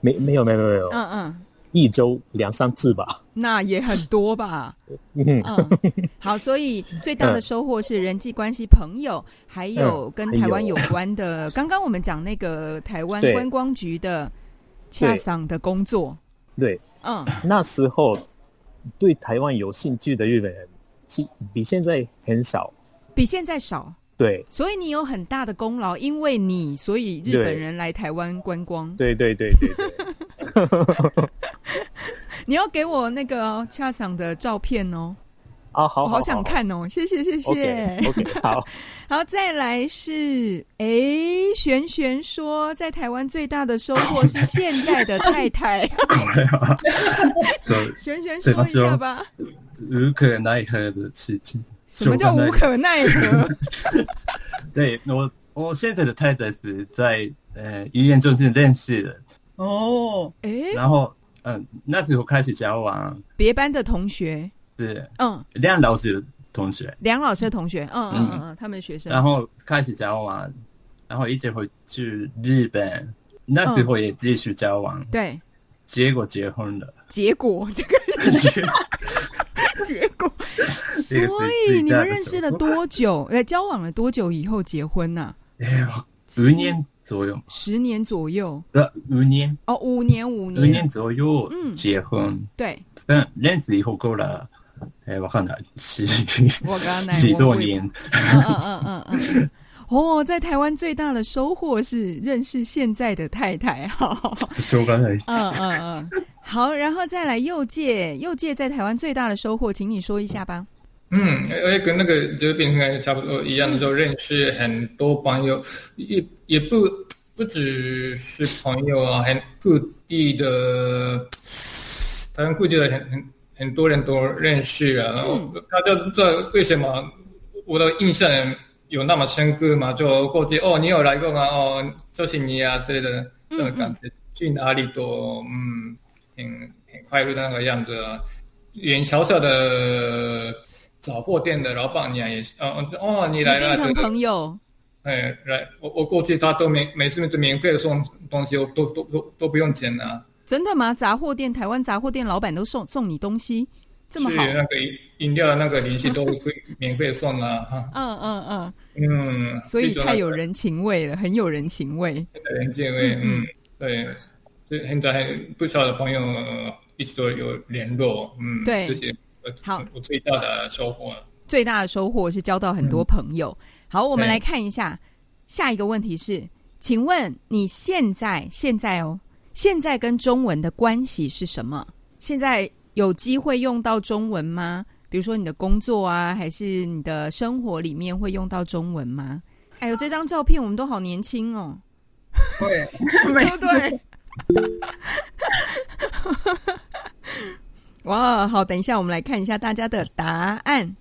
Speaker 3: 没没有没有没有，
Speaker 1: 嗯嗯，
Speaker 3: 一周两三次吧。
Speaker 1: 那也很多吧。
Speaker 3: 嗯，
Speaker 1: 嗯， 好，所以最大的收获是人际关系、朋友，还
Speaker 3: 嗯
Speaker 1: 有跟台湾有关的。刚刚我们讲那个台湾
Speaker 3: 对
Speaker 1: 观光局的洽商的工作，
Speaker 3: 对，
Speaker 1: 嗯，
Speaker 3: 那时候对台湾有兴趣的日本人，其比现在很少。
Speaker 1: 比现在少，
Speaker 3: 对，
Speaker 1: 所以你有很大的功劳，因为你，所以日本
Speaker 3: 对
Speaker 1: 人来台湾观光。
Speaker 3: 对对对对对，
Speaker 1: 你要给我那个哦洽赏的照片哦，
Speaker 3: 啊，好，
Speaker 1: 我好想。看哦，谢谢谢谢。
Speaker 3: OK OK，好，
Speaker 1: 好，再来是，诶，璇璇说在台湾最大的收获是现在的太 太。
Speaker 5: 对，
Speaker 1: 璇璇说一下吧，
Speaker 5: 无可奈何的事情。
Speaker 1: 什么叫无可奈何？
Speaker 5: 对我，我现在的太太是在呃医院中心认识的，
Speaker 4: 哦，
Speaker 1: 诶，
Speaker 5: 然后嗯、那时候开始交往
Speaker 1: 哎别班的同学，
Speaker 5: 是
Speaker 1: 嗯，
Speaker 5: 梁老师的同学，
Speaker 1: 梁老师的同学，嗯嗯嗯嗯，他们的学生
Speaker 5: 然，后开始交往，然后一直会去日本，那时候也继续交往，
Speaker 1: 对，
Speaker 5: 结果结婚 了。
Speaker 1: 结果这个结果，所以你们认识了多久？ 呃，交往了多久以后结婚呐、
Speaker 5: 哎呦，五年左右，
Speaker 1: 十年左右
Speaker 5: 呃，五年，
Speaker 1: 哦，五年，五
Speaker 5: 五年
Speaker 1: 年，
Speaker 5: 左右
Speaker 1: 嗯
Speaker 5: 结婚，
Speaker 1: 对，
Speaker 5: 但认识以后过了，哎，我看了十
Speaker 1: 我刚 才
Speaker 5: 十
Speaker 1: 我
Speaker 5: 多
Speaker 1: 会
Speaker 5: 年，
Speaker 1: 嗯嗯嗯嗯嗯。哦，在台湾最大的收获是认识现在的太太，好，
Speaker 5: しょうがない。
Speaker 1: 嗯嗯嗯，好，然后再来右界，右界在台湾最大的收获，请你说一下吧。
Speaker 2: 嗯，而且跟那个就是变成差不多
Speaker 1: 嗯
Speaker 2: 一样的，就认识很多朋友，也也不不只是朋友啊，很各地的，台湾各地的很很很多人都认识啊。然后
Speaker 1: 嗯
Speaker 2: 大家不知道为什么我的印象有那么深刻嘛，就过去哦，你有来过吗？哦，就是你啊之类的
Speaker 1: 嗯
Speaker 2: 这种感觉，去哪里都嗯很很快乐的那个样子啊，连小小的。杂货店的老板娘也是，哦哦，你来
Speaker 1: 变
Speaker 2: 了，对
Speaker 1: 成
Speaker 2: 对，
Speaker 1: 朋友，
Speaker 2: 哎，来，我我过去他都免每次都免费的送东西，我都都都都不用钱啊。
Speaker 1: 真的吗？杂货店，台湾杂货店老板都送送你东西，这么
Speaker 2: 去
Speaker 1: 好？
Speaker 2: 那个饮饮料那个零 食都会免费送啊，哈
Speaker 1: 嗯嗯嗯，
Speaker 2: 嗯，
Speaker 1: 所以太有
Speaker 2: 人
Speaker 1: 人情味了，很有人情味。
Speaker 2: 人见味，嗯，对，所以现在还不少的朋友呃一直都有联络，嗯，
Speaker 1: 对
Speaker 2: 这些我
Speaker 1: 好
Speaker 2: 我最大的收获。
Speaker 1: 最大的收获是交到很多朋友。好，我们
Speaker 2: 对
Speaker 1: 来看一下下一个问题是，请问你现在现在哦，现在跟中文的关系是什么？现在有机会用到中文吗？比如说你的工作啊，还是你的生活里面会用到中文吗？哎呦，这张照片我们都好年轻哦，
Speaker 4: 对， 没
Speaker 1: 对不对？ 哇，好，等一下，我们来看一下大家的答案。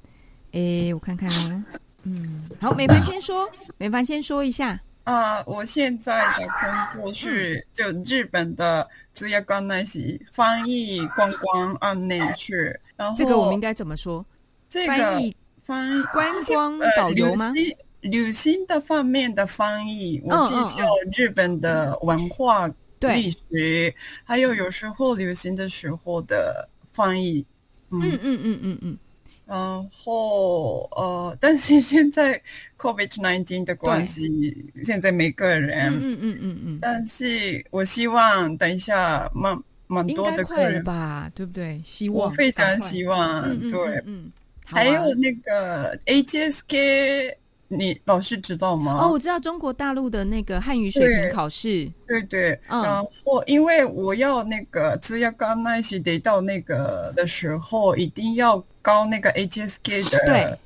Speaker 1: 诶，我看看哦。嗯，好，美凡先说，美凡先说一下。
Speaker 4: 啊、我现在的工作是就日本的职业关系翻译观光案内去，然后
Speaker 1: 这个我们应该怎么说？
Speaker 4: 哦这个
Speaker 1: 翻译
Speaker 4: 翻
Speaker 1: 观光
Speaker 4: 呃
Speaker 1: 导游吗？
Speaker 4: 旅行旅行的方面的翻译，我
Speaker 1: 嗯
Speaker 4: 记
Speaker 1: 嗯
Speaker 4: 住日本的文化、
Speaker 1: 对
Speaker 4: 历史，还有有时候旅行的时候的翻译。
Speaker 1: 嗯嗯嗯嗯嗯，
Speaker 4: 然后呃，但是现在 COVID-19 的关系，现在每个人，
Speaker 1: 嗯嗯嗯嗯嗯，
Speaker 4: 但是我希望等一下蛮蛮
Speaker 1: 应
Speaker 4: 多
Speaker 1: 该
Speaker 4: 的客
Speaker 1: 快了
Speaker 4: 人，
Speaker 1: 吧？对不对？希
Speaker 4: 我
Speaker 1: 望
Speaker 4: 非常希
Speaker 1: 望。
Speaker 4: 望，
Speaker 1: 嗯嗯
Speaker 4: 对。
Speaker 1: 嗯嗯，好啊
Speaker 4: 还有那个 HSK，你老师知道吗？
Speaker 1: 哦，我知道中国大陆的那个汉语水平考试，
Speaker 4: 对对，
Speaker 1: 嗯
Speaker 4: 然后因为我要那个只要刚那些得到那个的时候，一定要高那个 HSK 的，
Speaker 1: 对，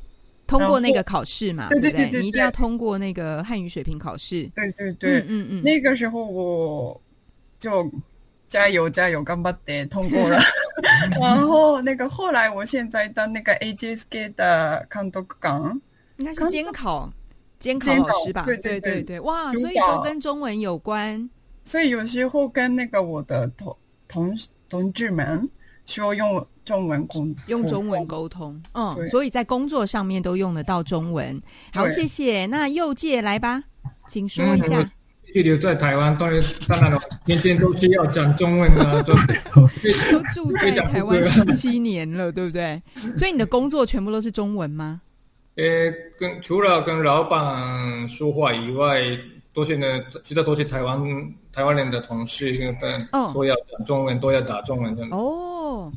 Speaker 1: 通过那
Speaker 4: 嗯然
Speaker 1: 个
Speaker 4: 后
Speaker 1: 考试嘛，
Speaker 4: 对
Speaker 1: 不
Speaker 4: 对对对
Speaker 1: 你一定
Speaker 4: 对
Speaker 1: 要通过那个汉语水平考试。
Speaker 4: 对对对
Speaker 1: 嗯嗯嗯，
Speaker 4: 那个时候我就加油加油，干巴得通 过了。然后那个后来我现在当那个 HSK 的看督岗，
Speaker 1: 应该是
Speaker 4: 刚
Speaker 1: 监考监考
Speaker 4: 监
Speaker 1: 老
Speaker 4: 考
Speaker 1: 师吧？
Speaker 4: 对
Speaker 1: 对
Speaker 4: 对
Speaker 1: 对
Speaker 4: 对
Speaker 1: 对，哇，
Speaker 4: 督
Speaker 1: 所以都
Speaker 4: 导
Speaker 1: 跟中文有关。
Speaker 4: 所以有时候跟那个我的同同同志们说用中文工
Speaker 1: 用中文沟通，嗯，
Speaker 4: 对
Speaker 1: 所以在工作上面都用得到中文。好，
Speaker 4: 对
Speaker 1: 谢谢。那右界来吧，请说一
Speaker 4: 嗯
Speaker 1: 下。
Speaker 2: 继续留在台湾，当然当然了，天天都需要讲中文啊，都
Speaker 1: 都住在
Speaker 2: 非常不
Speaker 1: 台湾
Speaker 2: 对
Speaker 1: 十七年了，对不对？
Speaker 4: 嗯
Speaker 1: 所以你的工作全部都是中文吗？
Speaker 2: 呃，跟除了跟老板说话以外，都是呢，其他都是台湾台湾人的同事，嗯，
Speaker 1: 嗯
Speaker 2: 都要讲中文，都要打中文这样。
Speaker 1: 哦，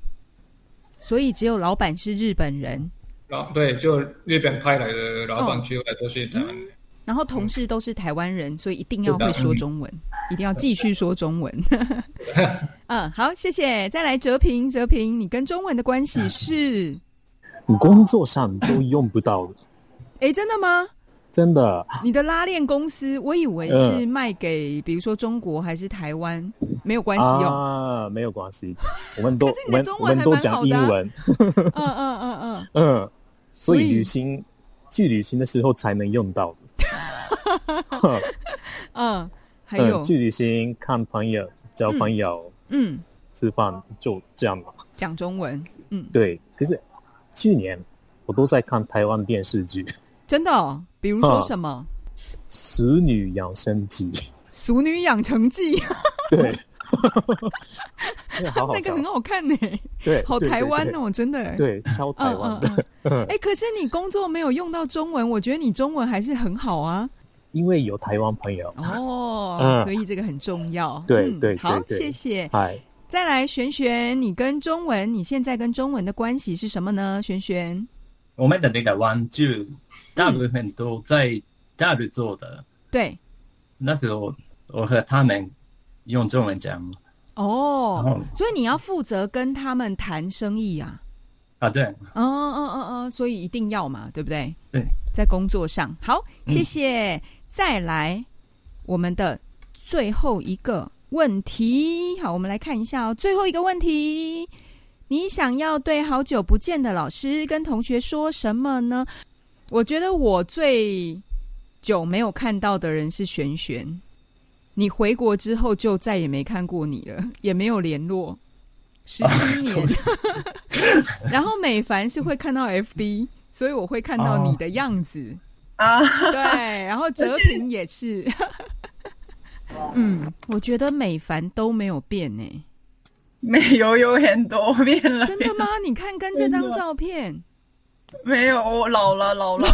Speaker 1: 所以只有老板是日本人，
Speaker 2: 然后对，就日本派来的老
Speaker 1: 哦
Speaker 2: 板之外都是台湾人。
Speaker 1: 然后同事都是台湾人，所以一定要
Speaker 2: 是的
Speaker 1: 会
Speaker 3: 嗯
Speaker 1: 说中文，一定要继续说中文。 嗯，好，谢谢。再来哲平，哲平，你跟中文的关
Speaker 3: 嗯
Speaker 1: 系是？
Speaker 3: 你工作上都用不到的，
Speaker 1: 诶，真的吗？
Speaker 3: 真的。
Speaker 1: 你的拉链公司，我以为是卖给比如说中国还是台湾，没有关系哦。
Speaker 3: 啊，没有关系，我们 都
Speaker 1: 可是
Speaker 3: 我
Speaker 1: 你的
Speaker 3: 们
Speaker 1: 中文
Speaker 3: 我们
Speaker 1: 还
Speaker 3: 都
Speaker 1: 蛮好
Speaker 3: 讲
Speaker 1: 的
Speaker 3: 英
Speaker 1: 啊
Speaker 3: 文，
Speaker 1: 嗯嗯嗯嗯，
Speaker 3: 嗯，所
Speaker 1: 所以
Speaker 3: 以旅行去旅行的时候才能用到的。哼
Speaker 1: 嗯，还有
Speaker 3: 嗯，，去旅行看朋友、交朋友、
Speaker 1: 嗯，
Speaker 3: 吃饭就这样了。
Speaker 1: 讲中文，嗯，
Speaker 3: 对，可是去年我都在看台湾电视剧《
Speaker 1: 真的哦。比如说
Speaker 3: 嗯
Speaker 1: 什么
Speaker 3: 熟女养 生记》
Speaker 1: 《俗女养成记》，
Speaker 3: 对，那个好好
Speaker 1: 那
Speaker 3: 笑
Speaker 1: 个，很好看呢，
Speaker 3: 对，
Speaker 1: 好
Speaker 3: 对
Speaker 1: 台湾，哦，真的。
Speaker 3: 对对对，超台
Speaker 1: 嗯，
Speaker 3: 湾
Speaker 1: 嗯
Speaker 3: 的，
Speaker 1: 嗯嗯。哎，可是你工作没有用到中文，我觉得你中文还是很好啊。
Speaker 3: 因为有台湾朋友，
Speaker 1: 哦，
Speaker 3: 嗯
Speaker 1: 所以这个很重要。
Speaker 3: 对
Speaker 1: 嗯
Speaker 3: 对对
Speaker 1: 好，
Speaker 3: 对
Speaker 1: 谢谢。
Speaker 3: 嗨，
Speaker 1: 再来，璇璇，你跟中文，你现在跟中文的关系是什么呢？璇璇，
Speaker 5: 我们的那个玩具
Speaker 2: 嗯
Speaker 5: 大部分都在大陆做的，
Speaker 1: 对，
Speaker 5: 那时候我和他们用中文讲，然
Speaker 1: 哦，
Speaker 5: 后
Speaker 3: 嗯
Speaker 1: 所以你要负责跟他们谈生意啊。
Speaker 5: 啊，对，
Speaker 1: 哦 哦哦哦，所以一定要嘛，对不对？
Speaker 5: 对，
Speaker 1: 在工作上，好，谢谢。
Speaker 3: 嗯
Speaker 1: 再来，我们的最后一个问题，好，我们来看一下哦，最后一个问题，你想要对好久不见的老师跟同学说什么呢？我觉得我最久没有看到的人是璇璇，你回国之后就再也没看过你了， 也没有联络，十七年。 然后美凡是会看到 FB，所以我会看到你的样子。
Speaker 4: 啊，
Speaker 1: 对，然后哲平也是。 嗯，我觉得美凡都没有变呢、
Speaker 4: 没有有很多变了，
Speaker 1: 真 的吗？你看跟这张照片，
Speaker 4: 没有我老了老了，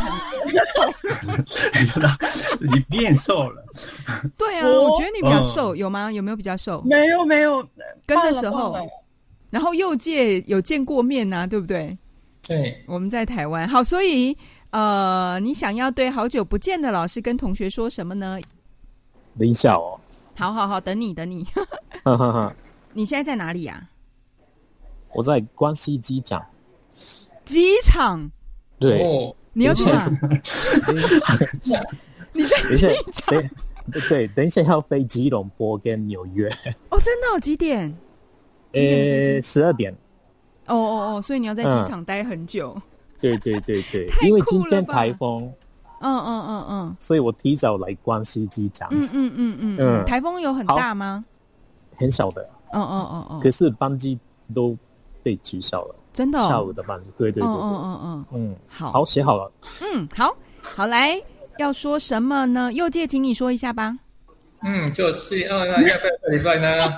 Speaker 5: 你变瘦了，
Speaker 1: 对啊，
Speaker 4: 我
Speaker 1: 我觉得你比较瘦，有吗？有没有比较瘦？
Speaker 4: 没有没有，
Speaker 1: 跟
Speaker 4: 胖
Speaker 1: 的
Speaker 4: 了
Speaker 1: 时候
Speaker 4: 胖了
Speaker 1: 然后右界有见过面啊，对不对？
Speaker 2: 对，
Speaker 1: 我们在台湾，好，所以呃，你想要对好久不见的老师跟同学说什么呢？
Speaker 3: 等一下哦，
Speaker 1: 好好好，等你等你，
Speaker 3: 哈哈哈，
Speaker 1: 你现在在哪里啊呀、
Speaker 3: 我在关西机场，
Speaker 1: 啊？机场，
Speaker 3: 对，
Speaker 2: 哦，
Speaker 1: 你要去哪？你在
Speaker 3: 等一下
Speaker 1: 机场，
Speaker 3: 等对，等一下要飞吉隆坡跟纽 约，
Speaker 1: 哦，真的、哦、几点？几点的飞机
Speaker 3: 呃，十二点。
Speaker 1: 哦哦哦，所以你要在机场待很久。
Speaker 3: 对对对对
Speaker 1: 太，
Speaker 3: 因为
Speaker 1: 酷
Speaker 3: 今
Speaker 1: 了
Speaker 3: 天
Speaker 1: 吧
Speaker 3: 台风，
Speaker 1: 嗯嗯嗯嗯
Speaker 3: 所以我提早来关西机场，
Speaker 1: 嗯嗯嗯嗯嗯，
Speaker 3: 嗯
Speaker 1: 台风有很
Speaker 3: 好
Speaker 1: 大吗？
Speaker 3: 很少的，
Speaker 1: 哦哦哦
Speaker 3: 可
Speaker 1: 哦，
Speaker 3: 是班机都被取消了，
Speaker 1: 真的、哦。
Speaker 3: 下午的班机。对对对
Speaker 1: 嗯
Speaker 3: 对，
Speaker 1: 嗯嗯嗯，
Speaker 3: 嗯，
Speaker 1: 好，
Speaker 3: 好写好了，
Speaker 1: 嗯，好，好来，要说什么呢？右界，请你说一下吧。
Speaker 2: 嗯，就是要那要不要这礼拜呢？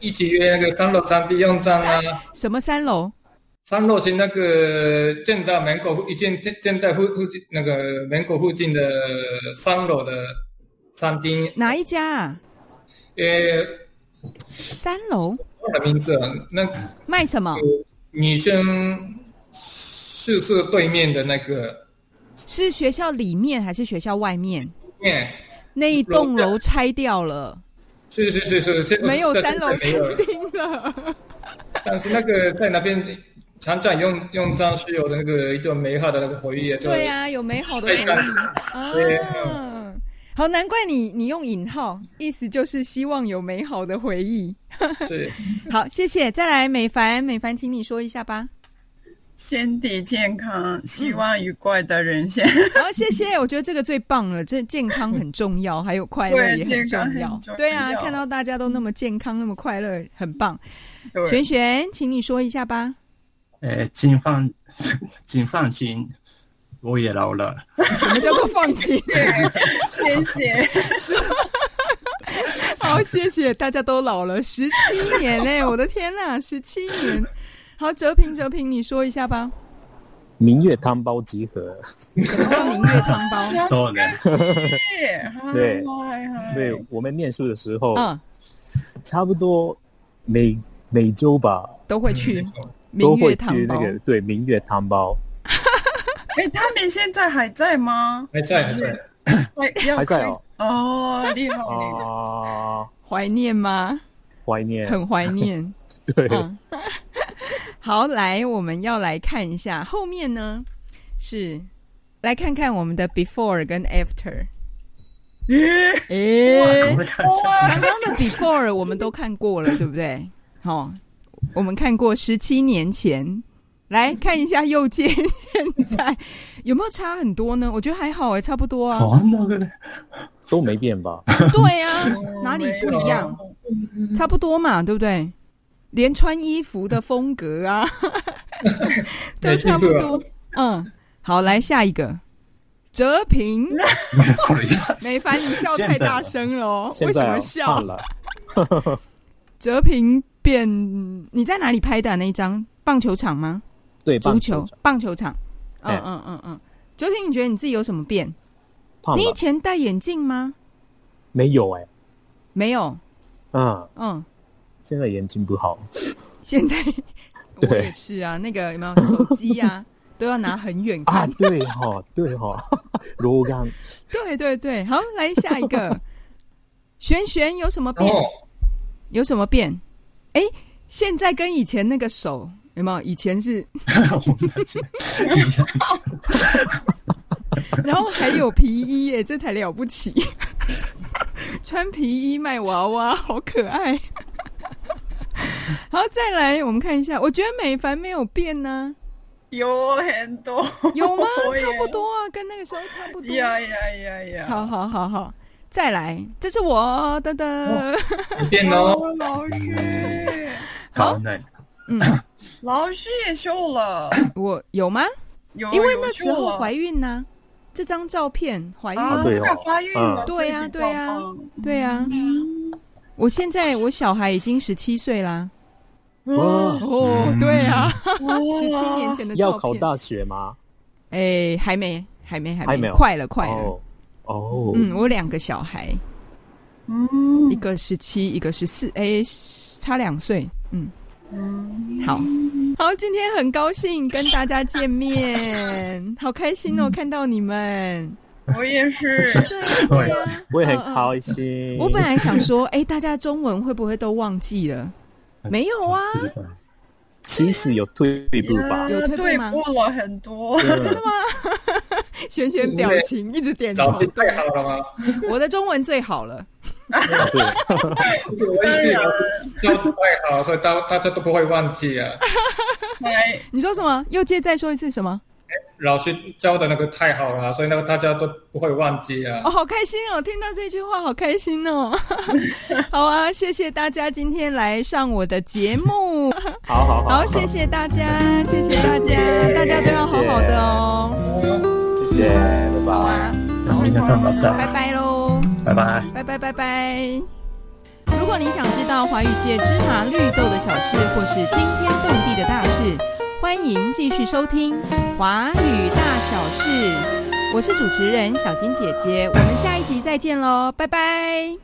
Speaker 2: 一起约那个三楼三地用餐啊。
Speaker 1: 什么三楼？
Speaker 2: 三楼是那个建大门口一建建建大附附近那个门口附近的三楼的餐厅，
Speaker 1: 哪一家、啊？
Speaker 2: 呃，
Speaker 1: 三楼
Speaker 2: 我的名字啊那
Speaker 1: 卖什么？
Speaker 2: 女生宿舍对面的那个
Speaker 1: 是学校里面还是学校外面？
Speaker 2: 面，
Speaker 1: 那一栋
Speaker 2: 楼
Speaker 1: 楼拆掉了，
Speaker 2: 是是是是是，
Speaker 1: 呃没有
Speaker 2: 但
Speaker 1: 三
Speaker 2: 是
Speaker 1: 楼餐
Speaker 2: 没有了
Speaker 1: 厅了。
Speaker 2: 但是那个在那边常常用用张是有的那个一种美好的那个回忆啊，就
Speaker 1: 对呀、有美好的回
Speaker 2: 对
Speaker 1: 忆
Speaker 2: 对
Speaker 4: 嗯
Speaker 1: 啊。好，难怪你你用引号，意思就是希望有美好的回 忆。
Speaker 2: 是
Speaker 1: 好，谢谢。再来，美凡，美凡，请你说一下吧。
Speaker 4: 身体健康，希望愉快的人 生，
Speaker 1: 好，谢谢，我觉得这个最棒了，这健康很重要，还有快乐
Speaker 4: 对
Speaker 1: 也很
Speaker 4: 健
Speaker 1: 重
Speaker 4: 康
Speaker 1: 要
Speaker 4: 很。重
Speaker 1: 对啊，
Speaker 4: 要
Speaker 1: 看到大家都那么健康，那么快乐，很棒。
Speaker 4: 对，
Speaker 1: 璇璇，请你说一下吧。
Speaker 5: 呃，请放， 请放心，我也老了。
Speaker 1: 什么叫做放 心？
Speaker 4: 谢谢。
Speaker 1: 好，谢谢，大家都老了十七年呢、我的天呐，十七年。好，哲平，哲平，你说一下吧。
Speaker 3: 明月汤包集合，
Speaker 1: 什么叫明月汤 包？
Speaker 5: 多了，
Speaker 3: 对
Speaker 4: 嗨嗨
Speaker 3: 对，我们念书的时候，
Speaker 1: 嗯，
Speaker 3: 差不多每每周吧，
Speaker 1: 都会去明
Speaker 3: 嗯都
Speaker 1: 月
Speaker 3: 会
Speaker 1: 汤
Speaker 3: 去
Speaker 1: 包
Speaker 3: 那。个对明月汤包，
Speaker 4: 哎，他们现在还在吗？
Speaker 2: 还在还在。
Speaker 4: 还要
Speaker 3: 还在哦
Speaker 4: 开哦，厉害厉害！
Speaker 3: 啊，
Speaker 1: 怀念吗？
Speaker 3: 怀念，
Speaker 1: 很怀念。
Speaker 3: 哎 对，
Speaker 1: 嗯， 好，来，我们要来看一下后面呢，是来看看我们的 before 跟 after。
Speaker 4: 咦，
Speaker 1: 诶、
Speaker 5: 我看一
Speaker 1: 刚
Speaker 5: 下
Speaker 1: 刚的 before 我们都看过 了，对不对？好、我们看过十七年前，来看一下右键 现在有没有差很多呢？我觉得还好哎、差不多啊。
Speaker 5: こんなぐらい
Speaker 3: 都没变吧？
Speaker 1: 对啊，
Speaker 3: 哦
Speaker 1: 哪里不一
Speaker 3: 啊
Speaker 1: 样？差不多嘛，对不对？连穿衣服的风格 啊，都
Speaker 2: 没进
Speaker 1: 差不
Speaker 2: 步啊
Speaker 1: 多。嗯，好，来下一个，哲 平，
Speaker 5: これ今
Speaker 1: 美凡，你笑太大声了哦，
Speaker 3: 现
Speaker 1: 为什
Speaker 3: 在
Speaker 1: 么
Speaker 3: 啊
Speaker 1: 笑
Speaker 3: 胖？了，
Speaker 1: 哲平变，你在哪里拍的啊那一张？棒球场吗？
Speaker 3: 对，
Speaker 1: 足
Speaker 3: 棒
Speaker 1: 球
Speaker 3: 场
Speaker 1: 棒球场。嗯
Speaker 3: 哎
Speaker 1: 嗯嗯嗯，哲平，你觉得你自己有什么变？
Speaker 3: 胖
Speaker 1: 你以
Speaker 3: 了，
Speaker 1: 前戴眼镜吗？
Speaker 3: 没有哎，
Speaker 1: 没有，
Speaker 3: 啊，
Speaker 1: 嗯，
Speaker 3: 现在眼睛不好，
Speaker 1: 现 在我
Speaker 3: 对
Speaker 1: 也是啊，那个有没有手机 啊，都要拿很远
Speaker 3: 啊
Speaker 1: 看，。
Speaker 3: 对哈、对哈、 罗刚
Speaker 1: 对对对，好，来下一 个。璇璇有什么变？
Speaker 2: 哦，
Speaker 1: 有什么变？哎，现在跟以前那个手有没有？以前 是，
Speaker 5: 我们的钱
Speaker 1: 然后还有皮衣耶，这才了不 起！穿皮衣卖娃娃，好可爱。好，再来我们看一下，我觉得美凡没有变啊呢、
Speaker 4: 有很多，
Speaker 1: 有吗
Speaker 4: 我？也
Speaker 1: 差不多啊，跟那个时候差不多。
Speaker 4: 呀呀呀呀！
Speaker 1: 好好好好，再来，这是我的的，
Speaker 2: 有变哦，
Speaker 4: 哦，老师，
Speaker 5: 好，那
Speaker 1: 嗯，
Speaker 4: 老师也 瘦了，
Speaker 1: 我有吗？
Speaker 4: 有
Speaker 1: 因为那时候怀
Speaker 4: 孕
Speaker 1: 孕呢、这张照片怀孕，
Speaker 4: 啊，
Speaker 3: 对
Speaker 4: 这
Speaker 3: 哦
Speaker 4: 个怀孕了，
Speaker 3: 嗯
Speaker 4: 所以比较
Speaker 1: 对呀
Speaker 4: 胖
Speaker 1: 对啊。我现
Speaker 4: 嗯
Speaker 1: 在我小孩已经十七岁啦。
Speaker 3: 哇，
Speaker 1: 哦，对啊，
Speaker 4: 哇
Speaker 1: 十七年前的照片。
Speaker 3: 嗯要考大学吗？
Speaker 1: 哎，还没，还没，还
Speaker 3: 还没有
Speaker 1: 快了，快了。
Speaker 3: 哦哦，
Speaker 1: 啊嗯，我两个小孩，
Speaker 2: 哦
Speaker 4: 嗯
Speaker 1: 一个十七，一个十四，哎，差两岁。嗯，
Speaker 2: 哦
Speaker 1: 好，好，今天很高兴跟大家见面， 好开心
Speaker 2: 嗯
Speaker 1: 哦，看到你们。
Speaker 4: 我也 是，
Speaker 5: 对，
Speaker 3: 我也很
Speaker 1: 嗯嗯
Speaker 3: 开心。
Speaker 1: 我本来想说，哎，大家中文会不会都忘记了？
Speaker 2: 嗯
Speaker 1: 没有 啊，
Speaker 5: 不知道
Speaker 3: 其实有退步 吧？
Speaker 1: 有退
Speaker 4: 呃对
Speaker 1: 步吗
Speaker 4: 过了很多，
Speaker 3: 真的吗？
Speaker 1: 璇璇表情一直点头
Speaker 2: 老师，太好了吗？
Speaker 1: 我的中文最好了。
Speaker 3: 对，
Speaker 2: 而且我也是老师教的太好，所以大大家都不会忘记啊。
Speaker 4: 哎，
Speaker 1: 你说什么？又借再说一次什么？
Speaker 2: 老师教的那个太好了，所以那个大家都不会忘记啊
Speaker 1: 哦，。好开心哦！听到这句话，好开心哦！ 好啊，谢谢大家今天来上我的节目，
Speaker 3: 好
Speaker 1: 好，
Speaker 3: 好好，
Speaker 1: 谢谢大家，谢谢大家，大家都要好好的哦。
Speaker 3: 谢谢，拜
Speaker 1: 好
Speaker 3: 拜。
Speaker 1: 啊，
Speaker 5: みなさんまた
Speaker 1: 拜拜喽。
Speaker 5: バイバイ。
Speaker 1: 拜拜拜拜。如果你想知道华语界芝麻绿豆的小事，或是惊天动地的大事，欢迎继续收听《华语大小事》。我是主持人小金姐姐，我们下一集再见喽，拜拜。